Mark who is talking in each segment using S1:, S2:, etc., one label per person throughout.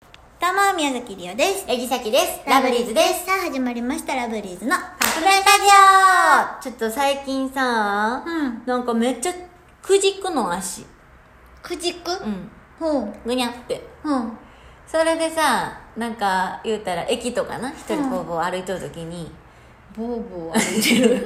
S1: どうも、宮崎りおです。
S2: えぎさきです。ラブリーズです。
S1: す。さあ、始まりました、ラブリーズのパ
S2: カ
S1: ク
S2: プ
S1: ラ
S2: ラ
S1: ジ
S2: ジ
S1: オ
S2: オちょっと最近さ、
S1: うん
S2: なんかめっちゃくじくの足。
S1: くじく
S2: うん。
S1: ほう。
S2: ぐにゃって。
S1: うん。
S2: それでさ、なんか言うたら駅とかな、一人ボーボー歩いとるときに、
S1: ボーボー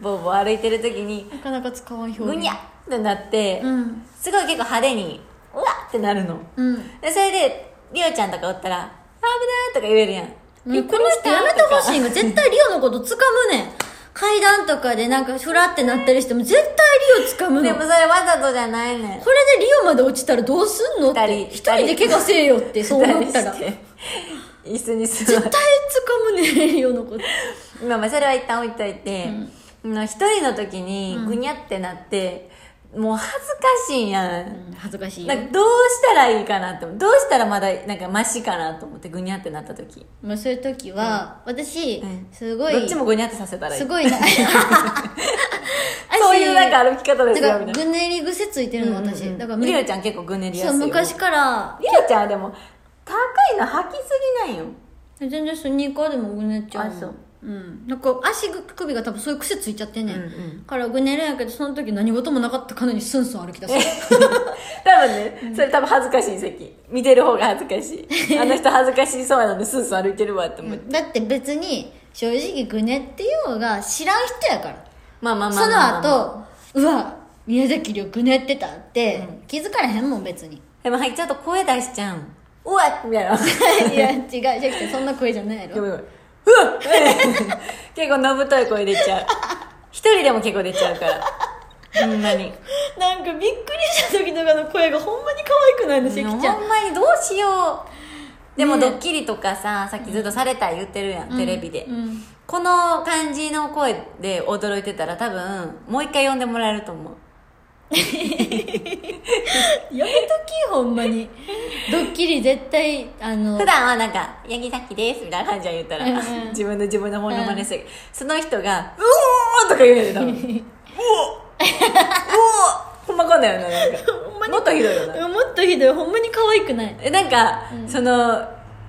S2: ボーボー歩いてるときに、
S1: なかなか使わん表
S2: ぐにゃってなって、
S1: うん。
S2: すごい結構派手に、うわってなるの。
S1: うん。
S2: で、それで、りおちゃんとかおったら、危ないとか言えるやん。
S1: もうこの人やめてほしいの。絶対リオのこと掴むねん。階段とかでなんかフラってなってる人も絶対リオ掴む
S2: で
S1: の。
S2: も
S1: こ
S2: それわざとじゃないねん。
S1: れでリオまで落ちたらどうすんのって。
S2: 二人
S1: 一人で怪我せえよって、そう思ったら。
S2: 二
S1: 絶
S2: 人して椅子に座
S1: 対
S2: る
S1: 掴むねん、リオのこと。
S2: まあまあそれは一旦置いといて、の一人の時にぐにゃってなって、もう恥ずかしいやん、
S1: うん恥ずかしいよ
S2: なん。かどうしたらいいかなって思うどうしたらまだなんかマシかなと思ってぐにゃってなった時
S1: まあそういう時は、私
S2: ん、
S1: すご
S2: ど
S1: い、
S2: っちもぐにゃってさせたらいい
S1: すごいな。
S2: そういうなんか歩き方です
S1: だ
S2: よ
S1: から
S2: みたい
S1: ぐねり癖ついてるの
S2: な
S1: 私、だから
S2: りお
S1: め
S2: ちゃん結構ぐねりや
S1: そう
S2: すいよ
S1: 昔から
S2: りおちゃんはでも高いの履きすぎなんよ
S1: 全然スニーカーでもぐねっちゃうもん
S2: あそう
S1: うんなんか足首が多分そういう癖ついちゃってね、
S2: うんうん
S1: だからぐねるんやけどその時何事もなかったかのようにスンスン歩き出す
S2: 多分ね、それ多分恥ずかしい席。見てる方が恥ず かしい。あの人恥ずかしそうなのでスースー歩いてるわって思って。
S1: だって別に正直ぐねってようが知らん人やから
S2: まあまあま
S1: そ
S2: あまあまあ。後。
S1: の後うわ宮崎りょうぐねってたって、気づかれへんもん別に
S2: でも入っちゃうと声出しちゃうん。うわっみたいな。
S1: いや違うじゃなくてそんな声じゃないや
S2: ご
S1: ろ
S2: めんごめんうわっ 結構のぶとい声出ちゃう。一人でも結構出ちゃうから。ほんまに。
S1: なんかびっくりした時のの声がほんまに可愛くないの関
S2: ほん
S1: ちゃん
S2: まにどうしよう。でも
S1: ねえ
S2: ドッキリとかさ、さっきずっとされた言ってるやん、テレビで。
S1: うん
S2: この感じの声で驚いてたら多分、もう一回呼んでもらえると思う。
S1: やめときほんまに ドッキリ絶対あ の
S2: 普段はなんか「ヤギザキです」みたいな感じで言ったら、
S1: うんうん
S2: 自分で自分のモノマネして、その人が「うおー!」とか言うよ多分うおーうおーほんまこんだよななんか
S1: ほんまに
S2: もっとひどいよな
S1: もっとひどいほんまに可愛くない
S2: えなんか、その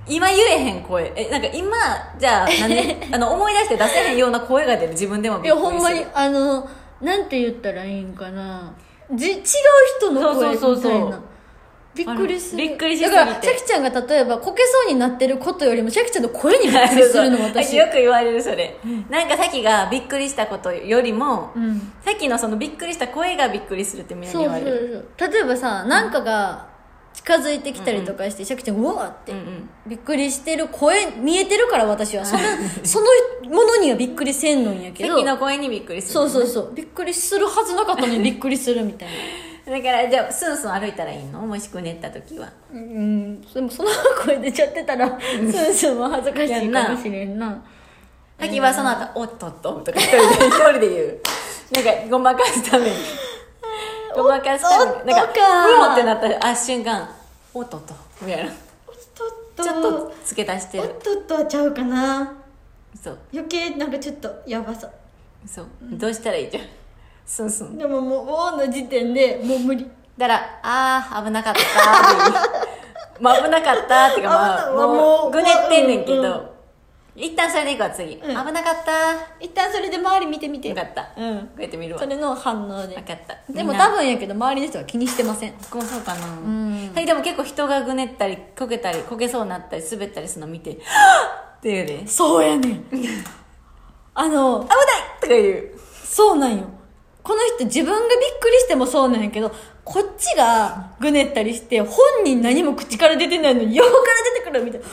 S2: 今言えへん声えなんか今じゃあ 何あの思い出して出せへんような声が出る自分でも
S1: い
S2: びっ
S1: や
S2: くりす
S1: ほんま
S2: る
S1: にあのなんて言ったらいいんかなじ違う人の声みたいな
S2: そうそうそうそう
S1: びっくりする
S2: あのびっくりしすぎ
S1: だか
S2: て
S1: らシャキちゃんが例えばこけそうになってることよりもシャキちゃんの声にびっくりす るの
S2: そう
S1: 私
S2: よく言われるそれ、なんかさっきがびっくりしたことよりも、
S1: うん
S2: さっきのそのびっくりした声がびっくりするってみんなに
S1: そう
S2: 言
S1: そう
S2: われる
S1: そう例えばさなんかが近づいてきたりとかして、シャキちゃんうわーって、
S2: うんうん
S1: びっくりしてる声見えてるから私はそれそのものにはびっくりせんのんやけど
S2: 席の声にびっくりする
S1: そうそうそうびっくりするはずなかったのにびっくりするみたいな
S2: だからじゃあスンスン歩いたらいいのもしくねった時は
S1: うんでもその声出ちゃってたらスンスンも恥ずかしいかもしれんな
S2: さっきはその後、おっとっと」とか一人で一人で言うなんかごまかすため にごまかすため
S1: おっとっと
S2: になんか
S1: か
S2: うおってなったらあ瞬間「おっとっと」みたいな
S1: おっとっ
S2: ちょっと付け足してる
S1: とっとはちゃうかな
S2: そう
S1: 余計なんかちょっとやばさ
S2: そうどうしたらいいじゃんスンスン
S1: でももう「お」の時点でもう無理
S2: だから「あー危なかった」っていう まあ危なかったっていうかまあ
S1: 危なも
S2: も
S1: う
S2: うぐねってんねんけ
S1: う
S2: ど、
S1: んうん
S2: 一旦それでいくわ次、
S1: ん
S2: 危なかった
S1: 一旦それで周り見てみて
S2: よかった、
S1: う
S2: こ
S1: ん
S2: うやって見る わ
S1: それの反応で
S2: 分かった
S1: でも
S2: みんな
S1: 多分やけど周りの人は気にしてません
S2: 僕もそうかな、
S1: ん
S2: はい、でも結構人がぐねったりこけたりこけそうになったり滑ったりするの見て「はっ!」って言うで「危な い!
S1: そうやねん あの」
S2: とか言う
S1: そうなんよこの人自分がびっくりしてもそうなんやけどこっちがぐねったりして本人何も口から出てないのに横から出てくるみたいな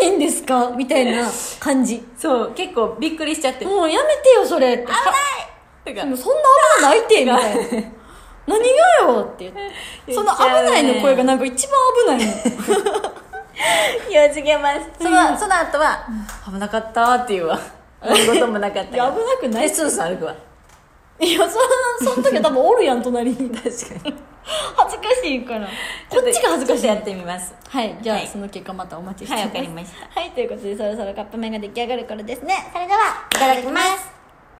S1: 本人ですかみたいな感じ
S2: そう結構びっくりしちゃって「
S1: もうやめてよそれって
S2: とか
S1: もうそんな危ないってみたい な何がよって言ってその危ないの声がなんか一番危ないの
S2: いや違います」そのその後は「危なかった」って言うわ何事もなかっ た
S1: いや危なくない
S2: でスンスン歩くわ
S1: いやそのその時は多分おるやん隣 に
S2: 確かに
S1: 恥ずかしいからこっちが恥ずかしい
S2: ちょっとやってみます
S1: はいじゃあ、
S2: はい
S1: その結果またお待ちして
S2: はいわかり
S1: ま
S2: ました
S1: すはいということでそろそろカップ麺が出来上がる頃ですねそれではいただきます